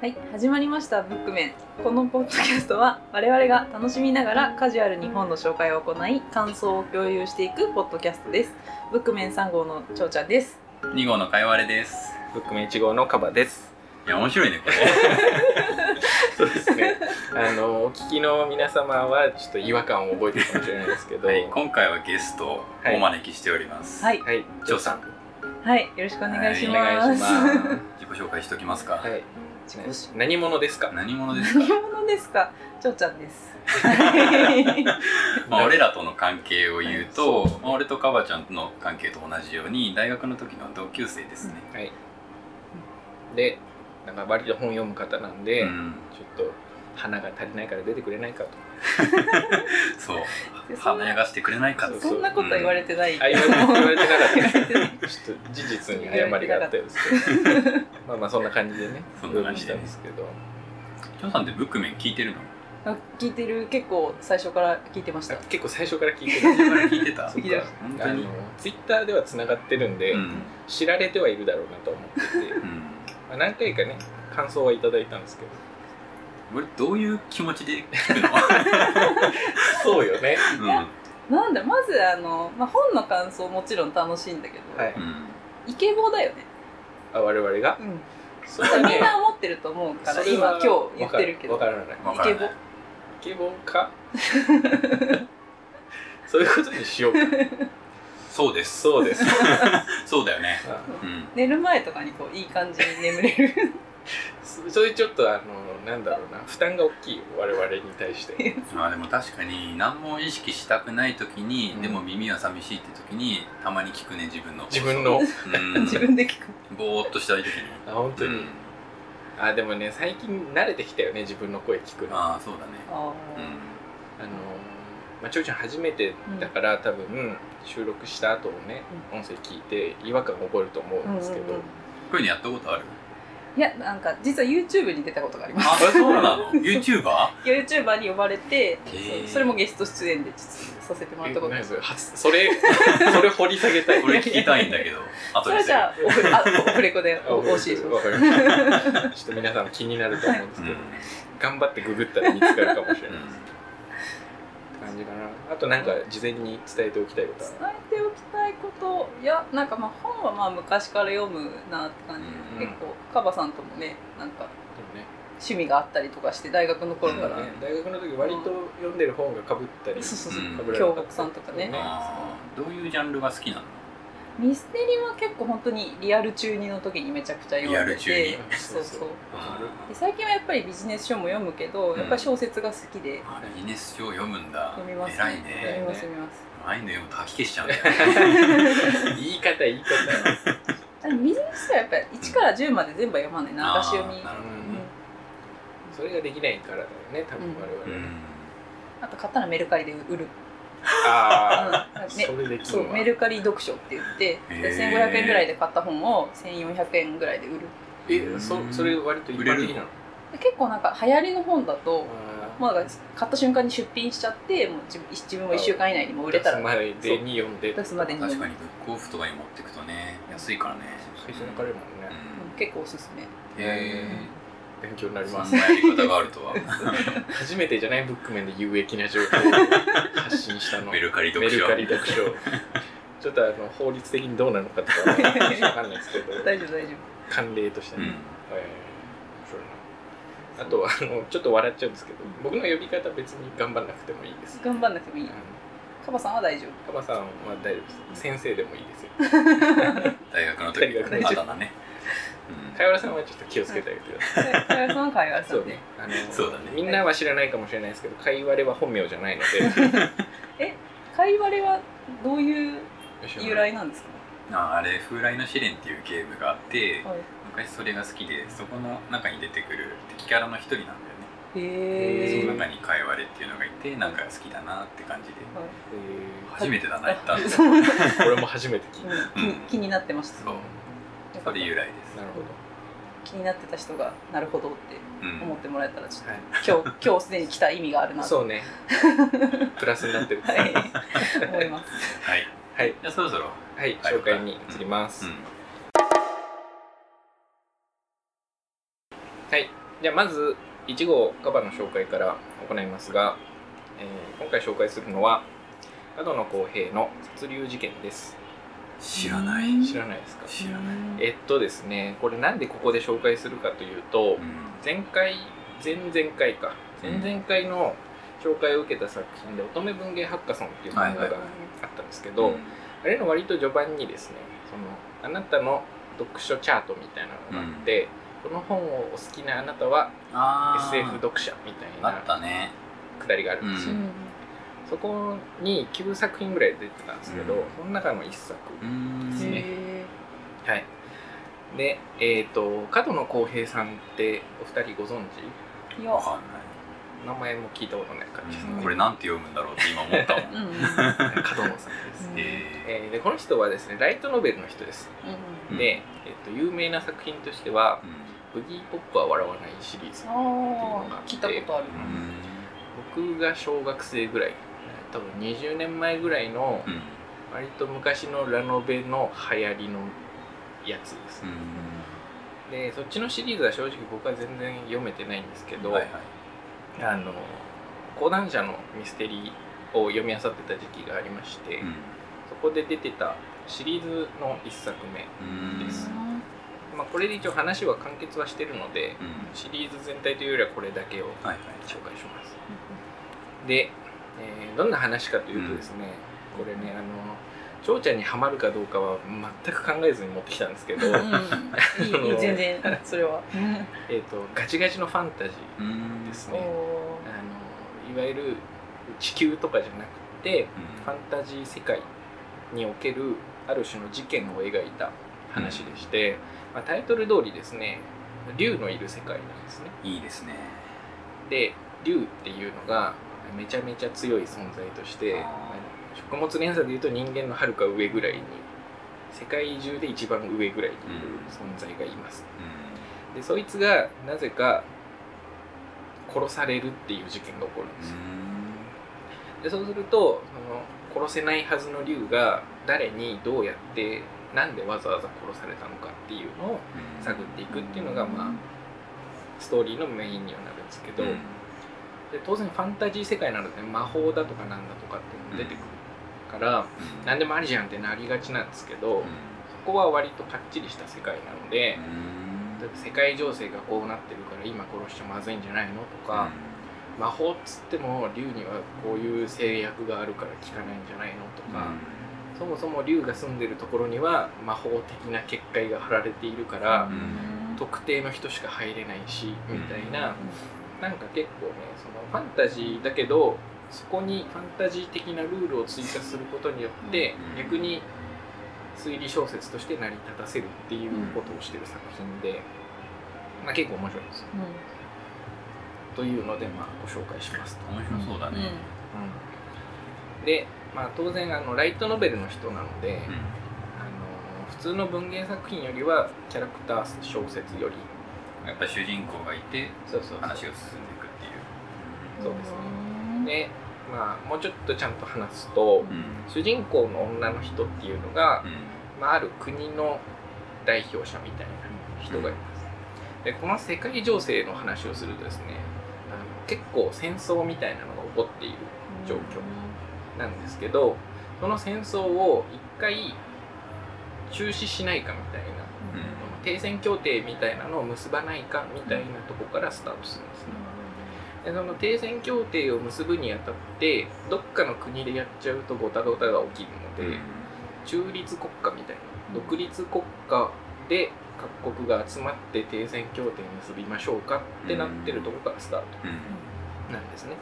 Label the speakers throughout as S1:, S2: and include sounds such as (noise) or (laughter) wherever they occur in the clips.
S1: はい、始まりましたブックメン。このポッドキャストは我々が楽しみながらカジュアルに本の紹介を行い感想を共有していくポッドキャストです。ブックメン3号のちょうちゃんです。
S2: 2号のかいわれです
S3: ブックメン1号のカバです。
S2: いや面白いねこれ
S3: そうです (laughs) ね。あのお聞きの皆様はちょっと違和感を覚えてるかもしれないですけど、
S2: はい、今回はゲストをお招きしております、
S1: はい、
S3: はい、
S2: ジョーさん
S1: はい、よろしくお願いし
S3: お
S1: ます。
S3: 願いします。
S2: (laughs) 自己紹介しておきますか、
S3: はい、何者ですか？
S2: 何者
S3: (laughs)
S2: ですか
S1: 何者ですか、ちょうちゃんです。は
S2: まあ俺らとの関係を言うと、まあ、俺とカバちゃんとの関係と同じように大学の時の同級生ですね、
S3: はい。で、なんか割と本読む方なんで、
S2: うん、
S3: ちょっと花が足りないから出てくれないかと。
S2: そう
S1: い
S2: 華やがしてくれないかと
S1: そんなことは言われてない。
S3: あ、言われ言われてなかった。
S1: てない
S3: ちょっと事実に誤りがあったようですけど、まあまあそんな感じでね、
S2: そんな感じで
S3: したんですけど、
S2: ジョーさんってブックメン聞いて
S3: (laughs)
S2: るの
S1: あ聞いてる結構最初から聞いてました。
S3: 結構最初から聞いてる。
S2: 初から聞いてた
S3: そっか
S1: いや
S2: 本
S3: あ
S2: 当
S3: の
S2: に
S3: ツイッターではつながってるんで、
S2: うん、
S3: 知られてはいるだろうなと思ってて、
S2: うん、
S3: まあ、何回かね感想はいただいたんですけど
S2: 俺どういう気持ちで聞く
S3: そうよね (laughs)
S2: の、
S1: なんだまずあの、まあ、本の感想もちろん楽しいんだけど、
S3: はい
S2: うんうん、
S1: イケボだよね、
S3: あ我々が
S1: うん、
S3: それは
S1: みん
S3: ね
S1: な思ってると思うから
S3: それは
S1: 今今日言ってるけ
S3: わ
S1: ど
S3: からわからない
S2: わからない
S3: イケボかそういうことにしようか
S2: そうです
S3: そうです
S2: そうだよね
S3: あ
S2: うん
S1: 寝る前とかにこういい感じに眠れる
S3: そそういうちょっとあのなんだろうな負担が大きいよ我々に対して
S2: まあでも確かに何も意識したくない時に、
S3: うん
S2: でも耳は寂しいって時にたまに聞くね自分の
S3: 自分の
S2: う
S1: (laughs) (laughs)
S2: ん
S1: 自分で聞く
S2: ぼーっとしたい時に
S3: あ本当
S2: う
S3: に、
S2: ん
S3: あでもね最近慣れてきたよね自分の声聞くの
S2: ああそうだね
S1: あ
S2: う
S1: ー
S2: ん
S3: あのーまあ、ちょいちゃん初めてだから、多分収録した後もね、音声聞いて違和感を覚えると思うんですけど、
S1: うんうんうん
S2: こういうのやったことある
S1: いやなんか実は YouTube に出たことがあります
S2: あそうなの YouTuber?
S1: YouTuber に呼ばれて
S2: ー
S1: それもゲスト出演で実はさせてもら
S3: え
S1: ったこと
S3: な
S1: が
S3: んかそれ初それ (laughs) それ掘り下げたい
S2: これ聞きたいん
S1: (laughs)
S2: だけど後
S1: そ
S2: で
S1: れ
S2: す
S1: じ
S2: る
S1: ゃあオ (laughs) フあオフレコでお教えしま
S3: (laughs) わ
S1: す
S3: かり
S1: (laughs)
S3: ましたちょっと皆さん気になると思うんです
S2: うん
S3: け
S2: う
S3: ど、頑張ってググったら見つかるかもしれない
S2: ん
S3: って感じかなあとなんか事前に伝えておきたいことは
S1: 伝えておきたいこといやなんかまあ本はまあ昔から読むなって感じ、
S3: うん
S1: 結構カバさんともねなんか
S3: でもね
S1: 趣味があったりとかして大学の頃
S3: だ
S1: か、
S3: かららね大学の時割と読んでる本がかぶったり
S1: そうそう
S2: うん
S1: そう
S3: 被らな
S1: 京
S3: かったり
S1: 極さんとかね
S2: あーどういうジャンルが好きなの
S1: ミステリーは結構本当にリアル中二の時にめちゃくちゃ読んで
S2: リアル
S1: て
S2: 中
S1: そうそう
S3: ある
S1: で最近はやっぱりビジネス書も読むけど、
S2: うん
S1: やっぱり小説が好きで
S2: あビジネス書を読むんだ
S1: 読みます
S2: 偉い
S1: 読
S2: ね
S1: みます読みます
S2: ああいうの読むと吐き気しちゃうんだよ
S3: 言い方言い方
S1: あビジネス書はやっぱり1から10まで全部は読 (laughs) まない流し読み
S2: あーなる
S1: うん
S2: ほどね
S3: それができないからだよね多分我々は、
S2: うん
S1: あと買ったらメルカリで売る、
S3: ああ
S1: うん
S3: そ
S1: ね
S3: れでき
S1: そ
S3: る
S1: う
S3: わ
S1: メルカリ読書って言ってで
S2: へー
S1: 1500円ぐらいで買った本を1400円ぐらいで売る
S3: えそそれ割と一般的なの
S1: で結構なんか流行りの本だと
S3: あー
S1: もうなんか買った瞬間に出品しちゃってもう自分自分も1週間以内にもう売れたら
S3: 出す前でに読んで
S1: 出すまでに
S2: 確かにブックオフとかに持ってくとね安いからね
S3: 最初の彼
S2: う
S3: も
S2: ん
S3: ね
S1: 結構おすすめ
S2: へ
S3: 勉強にな
S2: え
S3: り
S2: そ
S3: ま
S2: ん
S3: す
S2: なやり方がある
S3: (laughs)
S2: とは
S3: 初めてじゃないブック面で有益な情報を発信したの
S2: メルカリ読
S3: メ
S2: 書
S3: ルカリ読書ちょっとあの法律的にどうなのかとかわかんないですけど
S1: 大丈夫大丈
S3: 慣例として
S2: う
S3: ね、
S2: ん
S3: えーそうなあとはあのちょっと笑っちゃうんですけど僕の呼び方別に頑張らなくてもいいです
S1: 夫頑張んなくてもいい
S3: あの
S1: カバさんは
S3: (laughs)
S1: 大丈
S3: カバさんは大丈夫です先生でもいいですよ
S2: 大学の時
S3: 大学の
S2: あ
S3: 時
S2: だ名ね
S3: かよらさんはちょっと気をつけてあげてください
S1: 夫カヤさんはカヤさ
S3: (laughs) そ
S1: ん
S3: う
S1: で
S3: ねあの
S2: そうだね
S3: みんなは知らないかもしれないですけどかいわれは本名じゃないので
S1: カイワレはどういう由来なんですか
S2: うんああれ「風来の試練」っていうゲームがあって
S1: はい
S2: 昔それが好きでそこの中に出てくる敵キャラの一人なんだよね
S1: へ
S3: へ
S2: そ
S3: ー
S2: の
S1: え
S2: 中にかいわれっていうのがいてなんか好きだなって感じで
S3: え
S2: 初めてだな言ったん
S3: (laughs)
S2: です
S1: そう
S3: ー俺も初めて聞いたなる
S2: うん
S1: 気になってました
S2: そうそれ由来です
S3: ほど
S1: 気になってた人がなるほどって
S2: うん
S1: 思ってもらえたらちょっ
S3: はい
S1: と今日今日すでに来た意味があるなと
S3: そうねプラスになってる
S1: は
S3: はいい、
S1: 思い
S3: (laughs)
S1: ます
S2: はい
S3: はい
S2: じゃあそろそろ
S3: 紹介に移ります、
S2: うん
S3: はいじゃあまず1号カバの紹介から行いますが、えー今回紹介するのは角野浩平の殺流事件です
S2: 知らない、
S1: うん
S3: 知らないですか
S2: 知らない
S1: うん
S3: えっとですねこれなんでここで紹介するかというと、前回前々回か前々回の紹介を受けた作品で「乙女文芸ハッカソン」っていう漫画があったんですけど、あれの割と序盤にですねそのあなたの読書チャートみたいなのがあって、この本をお好きなあなたは
S2: あ
S3: SF 読者みたい
S2: あっ
S3: な
S2: たね
S3: くだりがあるんですよ、
S2: うん
S3: そこに9作品ぐらい出てたんですけど、
S2: うん
S3: その中の1作、
S2: うん
S3: すね
S1: へ
S3: はいでえっ、と角野浩平さんってお二人ご存知
S1: ーい
S2: わ
S1: や
S2: かんない
S3: 名前も聞いたことない感じですね、
S2: うんこれなんて読むんだろうって今思ったもん
S1: うんうんうん
S3: (laughs) 角野さんです、
S1: うん
S2: え
S3: えーでこの人はですねライトノベルの人です、
S2: うん
S3: で、えっと有名な作品としては
S2: ー
S3: 「ブギー・ポップは笑わない」シリーズ
S1: あー聞いたことある
S2: うん
S3: 僕が小学生ぐらい多分20年前ぐらいの
S2: うん
S3: 割と昔のラノベの流行りのやつです、
S2: うん
S3: でそっちのシリーズは正直僕は全然読めてないんですけど、
S2: はいはい
S3: あの講談社のミステリーを読み漁ってた時期がありまして、
S2: うん
S3: そこで出てたシリーズの1作目、
S2: うん
S3: ですまあ、これで一応話は完結はしてるので
S2: うん
S3: シリーズ全体というよりはこれだけを
S2: はいはい
S3: 紹介しますで、えーどんな話かというとですね、これねあの翔ちゃんにはまるかどうかは全く考えずに持ってきたんですけ
S1: (laughs)
S3: ど
S1: うんうんいいいい全然それは
S3: えーとガチガチのファンタジ
S2: う
S3: ー
S2: ん
S3: です
S1: お
S3: ね
S1: お
S3: あのいわゆる地球とかじゃなくて
S2: うん
S3: ファンタジー世界におけるある種の事件を描いた話でして、まあ、タイトル通りですね竜のいる世界なんですね
S2: いいですね
S3: で竜っていうのがめちゃめちゃ強い存在とし
S2: あ
S3: て
S2: ー
S3: まあ食物連鎖でいうと人間のはるか上ぐらいに世界中で一番上ぐらいにいる存在がいます
S2: う
S3: でそいつがなぜか殺されるっていう事件が起こるんですよ
S2: ん
S3: でそうするとその殺せないはずの竜が誰にどうやってなんでわざわざ殺されたのかっていうのを
S2: うん
S3: 探っていくっていうのが、まあ、ストーリーのメインにはなるんですけど、
S2: うん
S3: で当然ファンタジー世界なので魔法だとかなんだとかっていうのが出てくるから、何でもありじゃんってなりがちなんですけ
S2: う
S3: ど、
S2: ん
S3: そこは割とかっちりした世界なので、
S2: うん
S3: 例えば世界情勢がこうなってるから今殺しちゃまずいんじゃないのとか。魔法っつっても竜にはこういう制約があるから効かないんじゃないのと
S2: うん
S3: か、そもそも竜が住んでるところには魔法的な結界が張られているから、特定の人しか入れないしみたいな、なんか結構ねそのファンタジーだけどそこにファンタジー的なルールを追加することによって、
S2: うん
S3: 逆に推理小説として成り立たせるっていうことをしてる作品で、まあ、結構面白いですよ。というので、まあ、ご紹介しますと。
S2: 面白そうだね
S3: で、まあ、当然あのライトノベルの人なので、
S2: うん
S3: あの普通の文芸作品よりはキャラクター小説より
S2: やっぱ主人公がいて
S3: そうそう
S2: 話が進んでいくっていう
S3: そうですで、まあ、もうちょっとちゃんと話すと、
S2: うん
S3: 主人公の女の人っていうのが、まあ、ある国の代表者みたいな人がいますでこの世界情勢の話をするとですねあの結構戦争みたいなのが起こっている状況なんですけどその戦争を一回中止しないかみたいな停戦協定みたいなのを結ばないかみたいなとこからスタートするんですねでその停戦協定を結ぶにあたってどっかの国でやっちゃうとゴタゴタが起きるので、中立国家みたいな独立国家で各国が集まって停戦協定結びましょうかってなってるとこからスタートなんですね。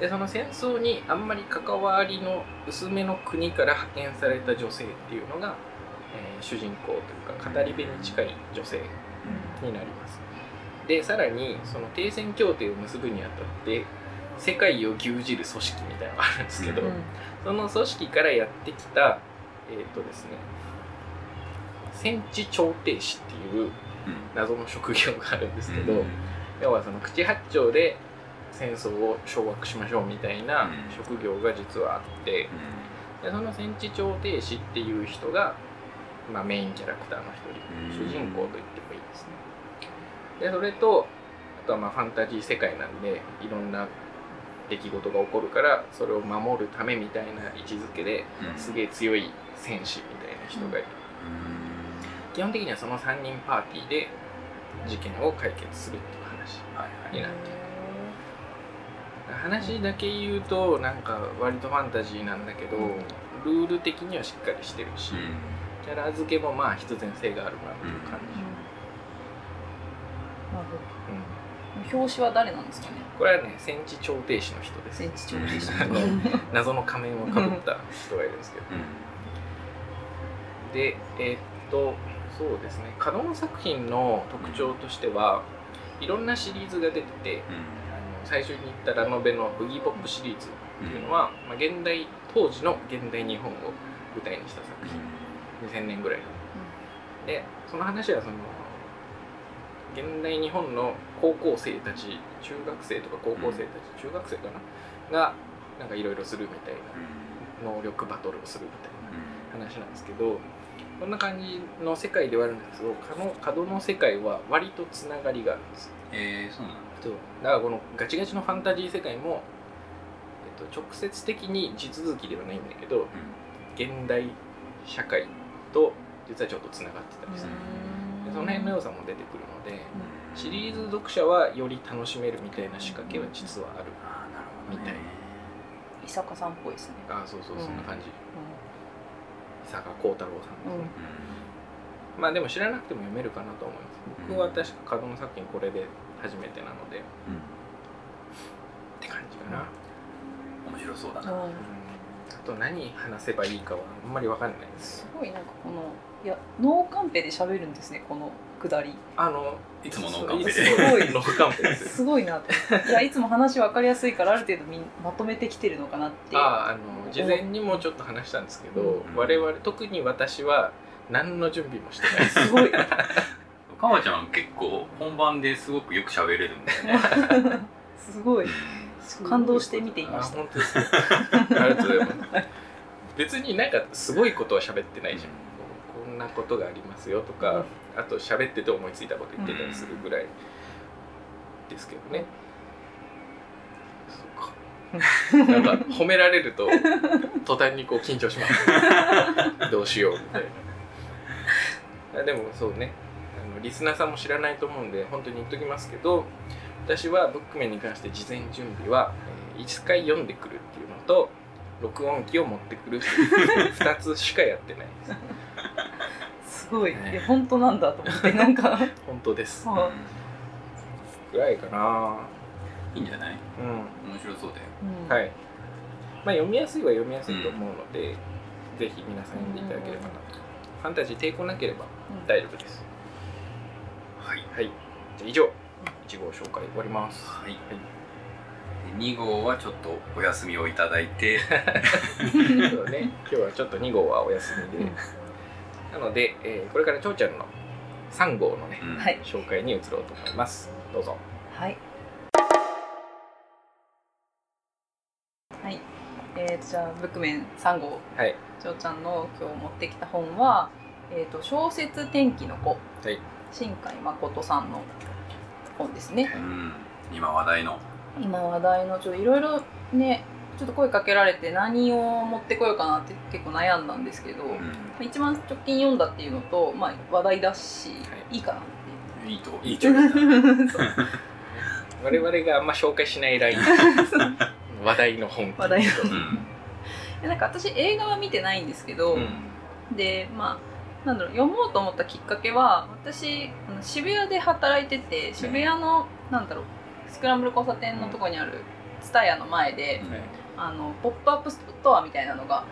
S3: でその戦争にあんまり関わりの薄めの国から派遣された女性っていうのが、えー主人公というか語り部に近い女性になります。でさらにその停戦協定を結ぶにあたって世界を牛耳る組織みたいなのがあるんですけど、
S2: うん
S3: その組織からやってきたえっ、とですね戦地調停士っていう謎の職業があるんですけど、要はその口八丁で戦争を掌握しましょうみたいな
S2: うん
S3: 職業が実はあってでその戦地調停士っていう人が、まあ、メインキャラクターの一人主人公と言ってもいいですねでそれとあとはまあファンタジー世界なんでいろんな出来事が起こるからそれを守るためみたいな位置づけで
S2: うん
S3: すげえ強い戦士みたいな人がいる、基本的にはその3人パーティーで事件を解決するっていう話
S2: うんはいはい
S3: になってる話だけ言うとなんか割とファンタジーなんだけど、ルール的にはしっかりしてるし、
S2: う
S3: キャラ付けもまあ必然性があるなっていう感じ、
S1: なるほど
S3: うん
S1: 表紙は誰なんですかね
S3: これはね戦地調停士の人です
S1: 戦地調理師
S2: う
S1: と
S2: ん
S1: か
S3: あの謎の仮面をかぶった人がいるんですけど
S2: んうん
S3: でえーっとそうですねカノン作品の特徴としてはいろんなシリーズが出ててあの最初に言ったラノベの「ブギーポップ」シリーズっていうのは、まあ、現代当時の現代日本を舞台にした作品2000年ぐらいのでその話はその現代日本の高校生たち中学生とか高校生たち、中学生かながなんかいろいろするみたいな能力バトルをするみたいな話なんですけどこんな感じの世界ではあるんですけど角角の世界は割とつながりがあるんです
S2: えーそうなんだ
S3: そうだからこのガチガチのファンタジー世界も、えっと、直接的に地続きではないんだけど現代社会と実はちょっとつながってたりする、でその辺の良さも出てくるのでシリーズ読者はより楽しめるみたいな仕掛けは実はある
S2: あーなるほどね
S3: みたい
S1: 伊坂さんっぽいですね
S3: ああそうそう
S1: うん
S3: そんな感じ、伊坂幸太郎さんですね、
S1: うん
S3: まあでも知らなくても読めるかなと思います
S2: うん
S3: 僕は確か角の作品これで初めてなのでっ
S2: うん
S3: て感じかな、
S2: うん面白そうだな
S1: うん
S3: うんあと何話せばいいかはあんまりわかんないです
S1: すごいなんかこのいやノーカンペで喋るんですねこのくだり
S3: あの
S2: いつもノーカンペです
S3: ご (laughs) いノーカンペです
S1: すごいなと思っていやいつも話分かりやすいからある程度みんまとめてきてるのかなっていう
S3: あああの事前にもちょっと話したんですけど、
S1: う
S3: 我々特に私は何の準備もしてないです
S1: すごい
S2: かわちゃん結構本番ですごくよく喋れる
S3: (laughs)
S2: んだよね
S1: すごい (laughs) 感動して見てい
S3: あ
S1: ました
S3: 本当ですかありがとうございます別になんかすごいことは喋ってないじゃん、こんなことがありますよとか、あと喋ってて思いついたこと言ってたりするぐらいですけどね、そうかなんか褒められると途端にこう緊張しますどうしようみたいなあでもそうねあのリスナーさんも知らないと思うんで本当に言っときますけど私はブックメンに関して事前準備は、えー1回読んでくるっていうのと録音機を持ってくるっていう2つしかやってないです
S1: すごいい
S3: ね
S1: や本当なんだと思
S3: (laughs)
S1: ってなんか
S3: 本当です
S2: うん
S1: は
S3: ぐらいかない
S2: いんじゃない
S3: うん
S2: 面白そうだよ
S1: うん
S3: はいまあ読みやすいは読みやすいと思うので、ぜひ皆さん読んでいただければなと、ファンタジー抵抗なければ
S1: うん
S3: 大丈夫です
S2: はい
S3: はいじゃあ以上1号紹介終わります
S2: はい2号はちょっとお休みをいただいて
S3: そうだね、今日はちょっと2号はお休みで、
S1: うん
S3: なので、えーこれからちょうちゃんの3号のね
S2: うん
S1: はい
S3: 紹介に移ろうと思いますどうぞ
S1: はい。はい。えー、とじゃあブックメン3号、
S3: はい
S1: ちょうちゃんの今日持ってきた本は、えー、と小説天気の子、
S3: い
S1: 新海誠さんの本ですね。
S2: うん今話題の
S1: 今話題のちょいろいろね、ちょっと声かけられて何を持ってこようかなって結構悩んだんですけど、
S2: う
S1: ま
S2: ん
S1: あ一番直近読んだっていうのと、まあ話題だし、い、いかなっていう。
S2: いいといいチョイスだ
S3: 我々があんま紹介しないライン話題の本
S1: 話題の
S2: うん
S1: でなんか私映画は見てないんですけど。
S3: うん
S1: でまあなんだろう読もうと思ったきっかけは私あの渋谷で働いてて渋谷の、なんだろうスクランブル交差点のとこにある TSUTAYA の前で、
S2: うん
S1: あのポップアップストアみたいなのが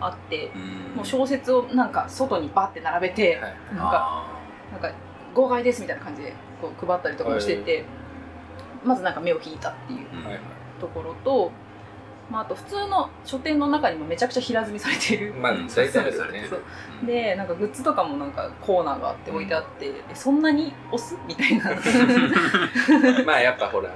S1: あ
S3: あ
S1: って、
S2: うん
S1: もう小説をなんか外にバッて並べて、
S3: はい
S1: なんか
S2: あ
S1: なんか号外ですみたいな感じでこう配ったりとかもしてて、まずなんか目を引いたっていう
S2: ーうん
S3: はいはい
S1: ところと、まあ、あと普通の書店の中にもめちゃくちゃ平積みされている
S3: まあ
S2: うん
S3: 大体あるよ
S2: されて
S3: ね
S2: るうん
S1: でなんかグッズとかもなんかコーナーがあって置いてあって、えそんなに押すみたいな
S3: まあやっぱほら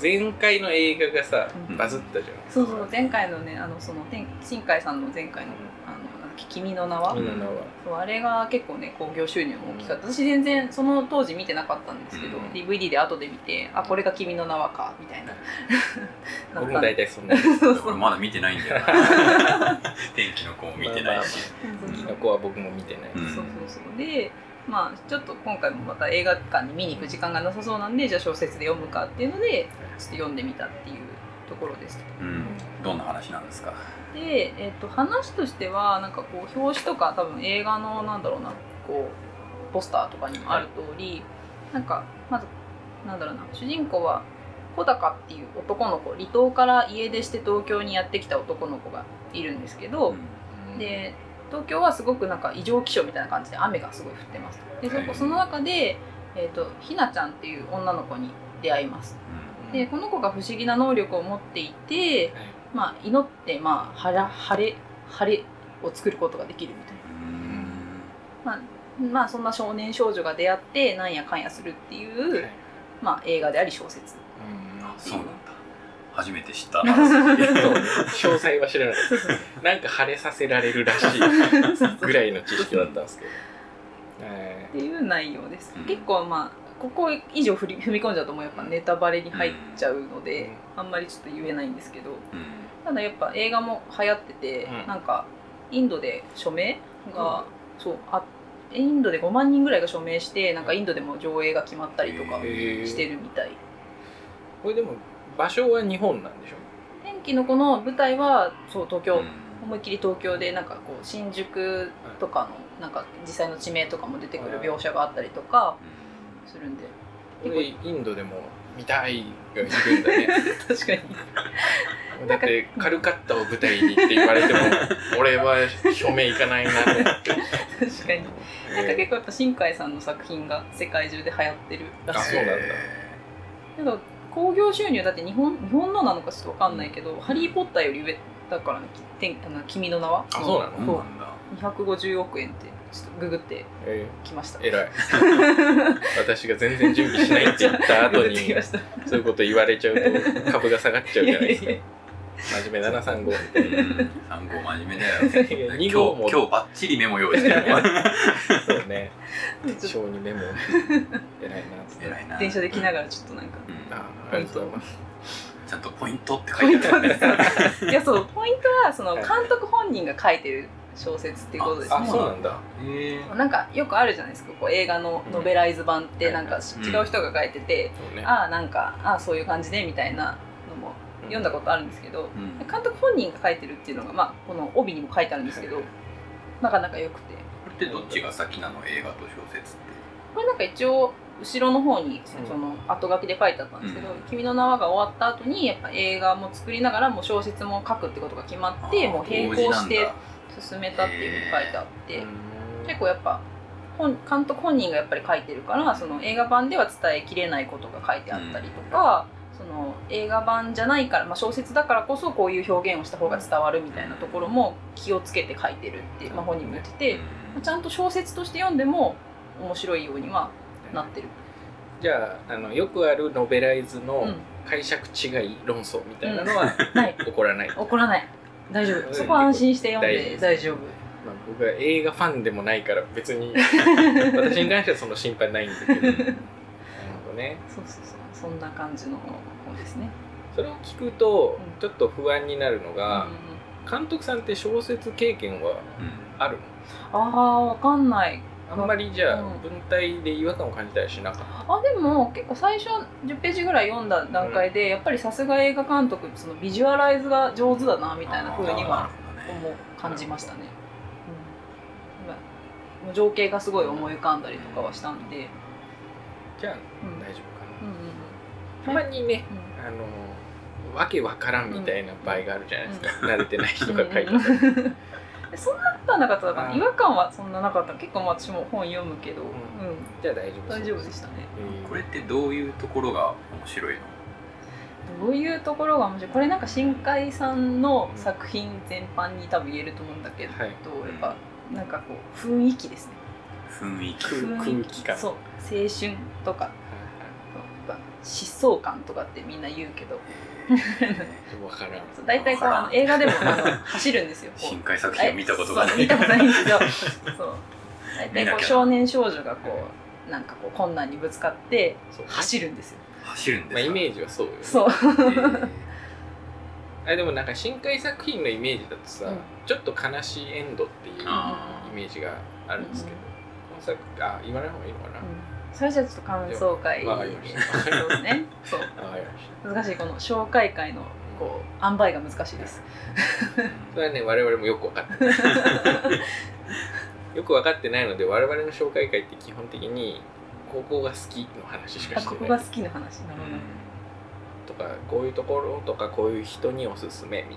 S3: 前回の映画がさ
S1: うん
S3: バズったじゃないです
S1: (laughs) そ
S3: か
S1: うそう前回のねあのその天新海さんの前回のあのなんだっき君の名は、
S3: 君の名は
S1: そうあれが結構ね興行収入も大きかった、私全然その当時見てなかったんですけど、
S3: うん
S1: DVD で後で見てあこれが君の名はかみたいな (laughs) な
S3: 僕
S1: った
S3: も
S1: んで
S3: 大体そんな
S2: 俺まだ見てないん
S1: (laughs)
S2: だよな天気の子も見てないし、
S1: そうそうそう
S3: の子は僕も見てない
S2: うん
S1: そうそうそうでまあちょっと今回もまた映画館に見に行く時間がなさそうなんでじゃあ小説で読むかっていうのでちょっと読んでみたっていうところです
S2: うん、どんな話なんですか、
S1: で、えっと話としてはなんかこう表紙とか多分映画のなんだろうなこうポスターとかにもある通り、なんかまずなんだろうな主人公は小高っていう男の子離島から家出して東京にやってきた男の子がいるんですけど、で東京はすごくなんか異常気象みたいな感じで雨がすごい降ってますでそ
S2: は
S1: こ
S2: い
S1: その中で、えー、とひなちゃんっていう女の子に出会いますでこの子が不思議な能力を持っていて、まあ、祈って、まあ、晴れ晴れ晴れを作ることができるみたいな
S2: うん
S1: まあ、まあ、そんな少年少女が出会ってなんやかんやするっていう、
S3: はい
S1: まあ、映画であり小 (laughs) 説
S2: あそうなんだ初めて知
S1: (laughs)
S2: った
S3: そう詳細は知らないなんか晴れさせられるら
S1: (laughs)
S3: しいぐらいの知識だったんですけど、え
S1: っていう内容です、
S2: うん
S1: 結構まあここ以上振り踏み込んじゃうともうやっぱネタバレに入っちゃうので、あんまりちょっと言えないんですけど
S2: うん
S1: ただやっぱ映画も流行ってて、
S3: うん
S1: なんかインドで署名が、そうあインドで5万人ぐらいが署名してなんかインドでも上映が決まったりとか
S2: へ
S3: ー
S1: してるみたい、
S3: これでも場所は日本なんでしょ
S1: 天気の子の舞台はそう東京、
S2: うん
S1: 思いっきり東京でなんかこう新宿とかのなんか実際の地名とかも出てくる描写があったりとかするんで
S3: これインドでも見たいがいるんだね
S1: 確かに
S3: だってカルカッタを舞台にって言われ
S1: (laughs)
S3: ても俺は署名行かないなと思って
S1: 確かになんか結構やっぱ新海さんの作品が世界中で流行ってるら
S3: あ
S1: しい
S3: そうなん
S1: な
S3: だ
S1: んか興行収入だって日本日本のなのかちょっとわかんないけど「ハリー・ポッター」より上だからね「天あの君の名は」
S3: あそうなの
S2: そうなんだ
S1: そう250億円ってちょっとググって
S3: え
S1: きました
S3: え偉い私が全然準備しないって言った後
S1: (laughs) グ
S3: に
S1: グってきました
S3: そういうこと言われちゃうと株が下がっちゃうじゃないです
S1: いやいやい
S3: か真面目だな3
S2: う
S3: 号
S2: ん三号真面
S1: (laughs)
S2: 目だよ今
S3: 2
S2: 日
S3: 号
S2: 今
S3: も
S2: 日バッチリメモ用意してるもん
S3: そうね
S1: ちょっ
S3: 小にメモ偉いなっつって
S2: 偉いな
S1: と電車で来ながらちょっとなんか
S2: うん
S3: あありがとうございます
S2: ちゃんとポイントって書
S1: ポイ
S2: い
S1: ン
S2: てあ
S1: ト
S2: る
S1: で
S2: ね
S1: すいやそうポイントはその
S3: はい
S1: 監督本人が書いてる小説っていうことです
S2: あ
S3: あ
S1: ね
S3: そうなんだ
S2: へー
S1: なんかよくあるじゃないですかこう映画のノベライズ版ってなんか
S2: うん
S1: 違う人が書いてて、
S3: そうね
S1: ああなんかああそういう感じねみたいなのも読んだことあるんですけど
S2: うん
S1: 監督本人が書いてるっていうのが、まあ、この帯にも書いてあるんですけどなかなかよくて
S2: これってどっちが先なの映画と小説って
S1: これなんか一応後ろの方に
S3: うん
S1: その後書きで書いてあったんですけど「
S2: うん
S1: 君の名は」が終わった後にやっぱ映画も作りながらもう小説も書くってことが決まって
S2: あー
S1: もう並
S2: 同時
S1: 行
S2: な
S1: し
S2: ん
S1: て
S2: だ
S1: 進めたっていうふうに書いてあって。
S3: うん
S1: 結構やっぱ本監督本人がやっぱり書いてるからその映画版では伝えきれないことが書いてあったりとか、その映画版じゃないから、まあ、小説だからこそこういう表現をした方が伝わるみたいなところも気をつけて書いてるって、まあ、本人も言ってて、まあちゃんと小説として読んでも面白いようにはなってる。
S3: じゃああのよくあるノベライズ
S1: う
S3: の
S1: ん、
S3: 解釈違い論争みたいなのは
S1: ない
S3: 起こらない、
S1: 怒らない大丈
S3: う
S1: 夫
S3: ん
S1: そこは安心して読んで大
S3: 大
S1: 丈夫
S3: まあ、僕は映画ファンでもないから別に
S1: (laughs)
S3: 私に関してはその心配ないんだけど
S2: う
S3: なる
S2: んうん
S3: ほどね
S1: そうそうそうそんな感じの本ですね。
S3: それを聞くと
S1: うん
S3: ちょっと不安になるのが
S1: うん、
S3: 監督さんって小説経験はあるの
S1: ああわかんない
S3: あんまりじゃあ
S1: うん
S3: 文体で違和感を感じたりしなかった
S1: あでも結構最初10ページぐらい読んだ段階で、やっぱりさすが映画監督そのビジュアライズが上手だなみたいな風には思う感じましたね、うん、情景がすごい思い浮かんだりとかはしたんで、
S3: じゃあ
S1: うん
S3: 大丈夫か
S1: うんうん
S3: なたまにね
S1: うん
S3: あのわけわからんみたいな場合があるじゃないですか、慣れてない人が書いてある、
S1: うん (laughs) そんなことはなかったか
S3: あ
S1: な
S3: ー
S1: 違和感はそんななかった結構まあ私も本読むけど、うん
S3: じゃあ大丈夫
S1: 大丈夫でしたね
S3: うん
S2: これってどういうところが面白いの
S1: どういうところが面白いこれなんか新海さんの作品全般に多分言えると思うんだけど、
S3: はい
S1: やっぱなんかこう雰囲気ですね
S2: 雰囲気
S3: 空
S1: (laughs) 雰囲
S3: 空気感
S1: そう青春とか
S3: は
S1: そうやっぱ疾走感とかってみんな言うけど
S3: 分からん
S1: そう大体こう
S2: わから
S1: あ
S2: ん
S1: の映画でもあの走るん
S3: (laughs)
S1: ですよこう
S2: 深海作品を見たことがな
S1: そう
S2: い
S1: 見たことないんですよそう大
S2: 見
S1: 体こ
S2: なきゃ
S1: う
S2: な
S1: 少年少女がこうなんかこう困難にぶつかって
S3: そう
S1: 走るんですよ
S2: 走るん
S3: まあ、
S2: です
S3: イ
S2: か、
S3: メージはそうよね
S1: そう
S2: ー
S3: あでもなんか深海作品のイメージだとさ、
S1: うん
S3: ちょっと悲しいエンドっていうイ
S2: あー
S3: メージがあるんですけど、
S1: うん
S3: この作あ言わない方がいいのかな、
S1: うんそれじゃあちょっと感想会
S3: わかりました
S1: そうですねそう
S3: あわかりました
S1: 難しいこの紹介会のこう塩梅が難しいです (laughs)
S3: それはね我々もよく分かってないよく分かってないので我々の紹介会って基本的に高校が好きの話しか
S1: あ
S3: して
S1: ここ
S3: な
S1: が好
S3: い
S1: きな話な
S2: う
S1: るほど、うん
S2: ん
S3: とかこういうところとかこういう人におすすめみ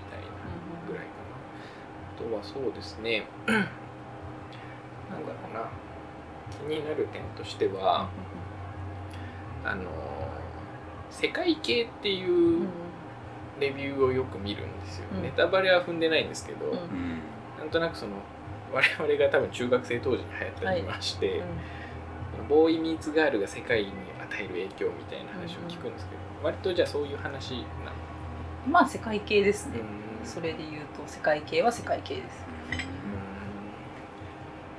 S3: たいなぐらいかなあとはそうですね (clears throat) なんだろうな気になる点としてはあの世界系って
S1: うん
S3: いうレビューをよく見るんですよ、
S1: うん
S3: ネタバレは踏んでないんですけど、
S1: うん
S2: うん
S3: なんとなくその我々が多分中学生当時に流行ったりまして、
S1: うん
S3: ボーイ・ミーツ・ガールが世界に与える影響みたいな話を聞くんですけど、割とじゃあそういう話な
S1: まあ世界系ですね、
S3: の
S1: それで言うと世界系は世界系です、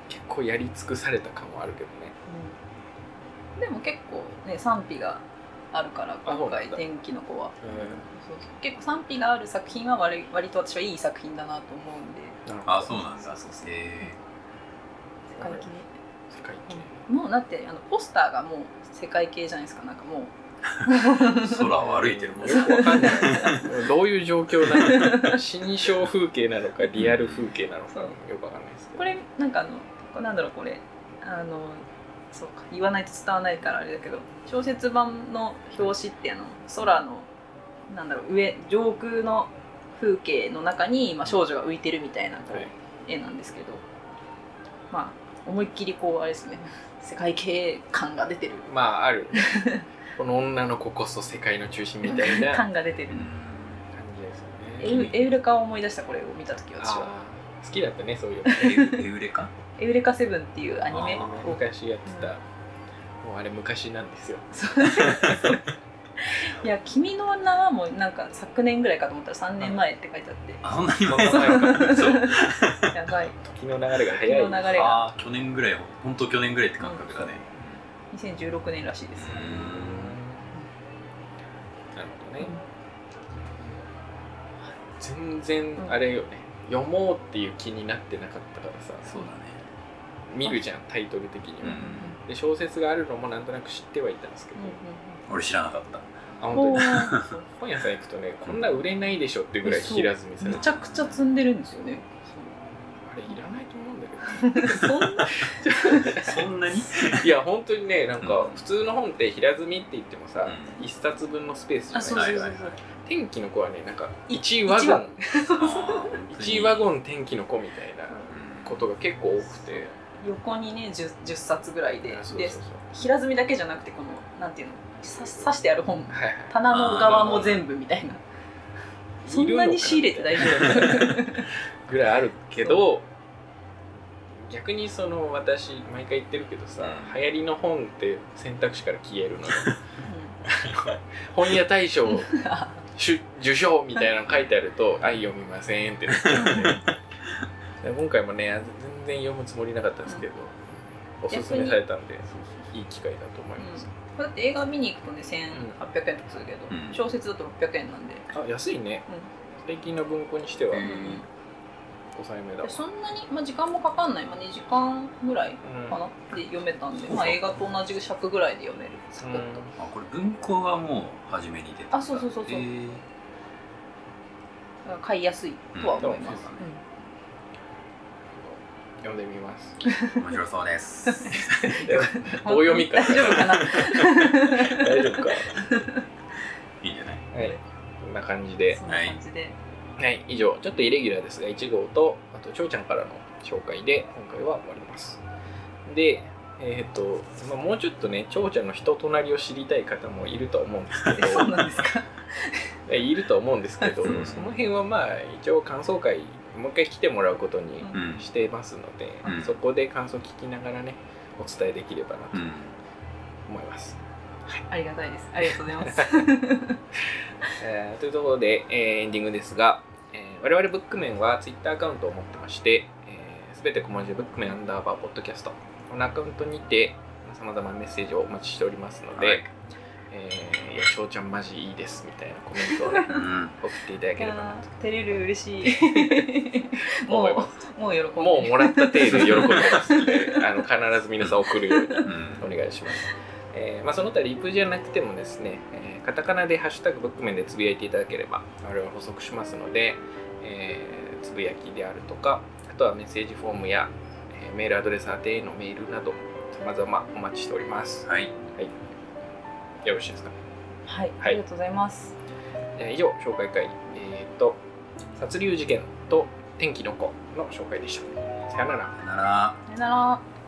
S3: 結構やり尽くされた感はあるけどね
S1: でも結構ね賛否があるから
S3: あそ
S1: 今
S3: うな
S1: 回
S3: んだ
S1: 天気の子は
S3: うん
S1: そうそう結構賛否がある作品は割割と私はいい作品だなと思うんで
S2: あそうなん
S3: 世
S2: だそうえ
S1: 世界系
S3: 界系
S1: もうだってあのポスターがもう世界系じゃないですかなんかもう
S2: ー、空を歩いてるもん (laughs)
S3: よくわかんない (laughs) どういう状況なのか (laughs) 死に小風景なのかリアル風景なのか
S1: そう
S3: よくわかんないですけど
S1: これなんかあのこなんだろうこれあのそうか言わないと伝わらないからあれだけど小説版の表紙ってあの空のなんだろう上上空の風景の中に、まあ、少女が浮いてるみたいなこう、
S3: はい
S1: 絵なんですけどまあ思いっきりこうあれですね世界系感が出てる
S3: まあ (laughs) あるこの女の子こそ世界の中心みたいな感
S1: 感が出てる
S2: う、ん
S3: じです
S1: エ
S3: (laughs) よ
S1: ウ
S3: ね
S1: エウレカを思い出したこれを見た時私は
S3: あー好きだったねそういう
S2: エウエウレカ
S1: 「エウレカセブン」っていうアニメ
S2: あ
S1: を (laughs)
S2: ー
S3: 昔やってた、もうあれ昔なんですよ
S1: いや「君の名は」もなんか昨年ぐらいかと思ったら3年前って書いてあって
S2: あそんなに
S3: (laughs) (laughs) そん
S2: 前
S3: な前
S1: (laughs)
S3: か
S2: そう
S1: やばい
S3: 時の流れが早い
S1: 時の流れが
S2: あー去年ぐらい本当去年ぐらいって感覚だね
S1: 2016年らしいです
S2: う、ん
S3: なるほどね全然あれよね、読もうっていう気になってなかったからさ
S2: そうだね
S3: 見るじゃんタイトル的に
S2: う
S3: は、
S2: ん
S3: で小説があるのもなんとなく知ってはいたんですけど、
S2: 俺知らなかった
S3: あ
S1: うんうんうん
S3: 本当に
S1: そう
S3: 本屋さん行くとねこんな売れないでしょっていうぐらい平積みされ
S1: め
S3: て
S1: ちゃくちゃ積んでるんですよ
S3: (laughs)
S1: ね
S3: あれいらないと思うんだけど
S1: そんな
S2: そんなに
S3: いや本当にねなんか
S2: うん
S3: 普通の本って平積みって言ってもさ、
S2: う
S3: 一冊分のスペースじゃ
S1: あ
S3: ない
S1: そうそうそうそう、
S3: 天気の子はねなんか
S1: い
S3: 1ワゴン1ワ
S2: ン
S3: ゴン天気の子みたいなことが結構多くて
S1: 横にね 10, 10冊ぐらいで
S3: あそうそう
S1: で
S3: そう
S1: 平積みだけじゃなくてこのなんていうのさ刺してある本
S3: はいはい
S1: 棚の側も全部みたいなそんなに仕入れて大丈夫
S3: ぐらいあるけど逆にその私毎回言ってるけどさ
S2: う
S3: 流行りの本って選択肢から消えるのよ本屋大賞受受賞みたいなの書いてあると「 (laughs) あ読みません」ってなっちゃうんでで今回もねあ全然読むつもりなかったんですけど、おすすめされたんでいい機会だと思います、
S1: だって映画見に行くとね1800円とかするけど、
S2: うん
S1: 小説だと600円なんで、
S3: あ安いね
S1: うん
S3: 最近の文庫にしては
S2: うん
S3: 抑えめだわ、
S1: そんなに、まあ、時間もかかんない、まあ、2時間ぐらい
S3: うん
S1: かなって読めたんで、まあ、映画と同じ尺ぐらいで読めるサクッと、
S2: あこれ文庫はもう初めに出た
S1: あそうそうそうそう
S2: えー
S1: だから買いやすいとは思います、
S2: うん
S3: 読んでみます
S2: 面白そう (laughs) です。
S3: 棒読みか
S1: 大丈夫かな
S3: 大丈夫かはい
S2: いんじゃない。
S3: こんな感じで
S1: そんな感じで、
S3: はい以上ちょっとイレギュラーですが1号とあとちょうちゃんからの紹介で今回は終わりますでえっ、と、まあ、もうちょっとねちょうちゃんの人となりを知りたい方もいるとは思うんですけ
S1: えそう
S2: (laughs)
S3: ど
S1: なんですか (laughs)
S3: えいるとは思うんですけど
S2: うん
S3: その辺はまあ一応感想会もう一回来てもらうことに
S1: うん
S2: うん。
S3: してますので、
S2: うん
S3: そこで感想聞きながらねお伝えできればなと
S2: うん。
S3: 思います、
S1: ありがたいです。ありがとうございます。
S3: えーというところで、えーエンディングですが、えー我々ブックメンは Twitter アカウントを持ってまして、す、べ、て小文字でブックメンアンダーバーポッドキャスト、このアカウントにて、さまざまなメッセージをお待ちしておりますので、
S2: はい
S3: えーいや、翔ちゃんマジいいですみたいなコメントを
S2: (laughs)
S3: ね、
S2: うん
S3: 送っていただければなと
S1: 照れる嬉しい。 (laughs) も
S3: 思います。
S1: うもう喜んでる。
S3: もうもらった程度喜んでますのであの必ず皆さん送るように
S2: うん
S3: お願いします、えーまあ、その他リプじゃなくてもですね、えーカタカナで「ハッシュタグブックメン」でつぶやいていただければ我々は補足しますので、えーつぶやきであるとかあとはメッセージフォームや、えーメールアドレス宛てへのメールなどさまざまお待ちしております
S2: はい
S3: よろしいですか
S1: はい、ありがとうございます。
S3: えー以上紹介会えー、と殺竜事件と天気の子の紹介でしたさよなら
S2: さよなら
S1: さよなら。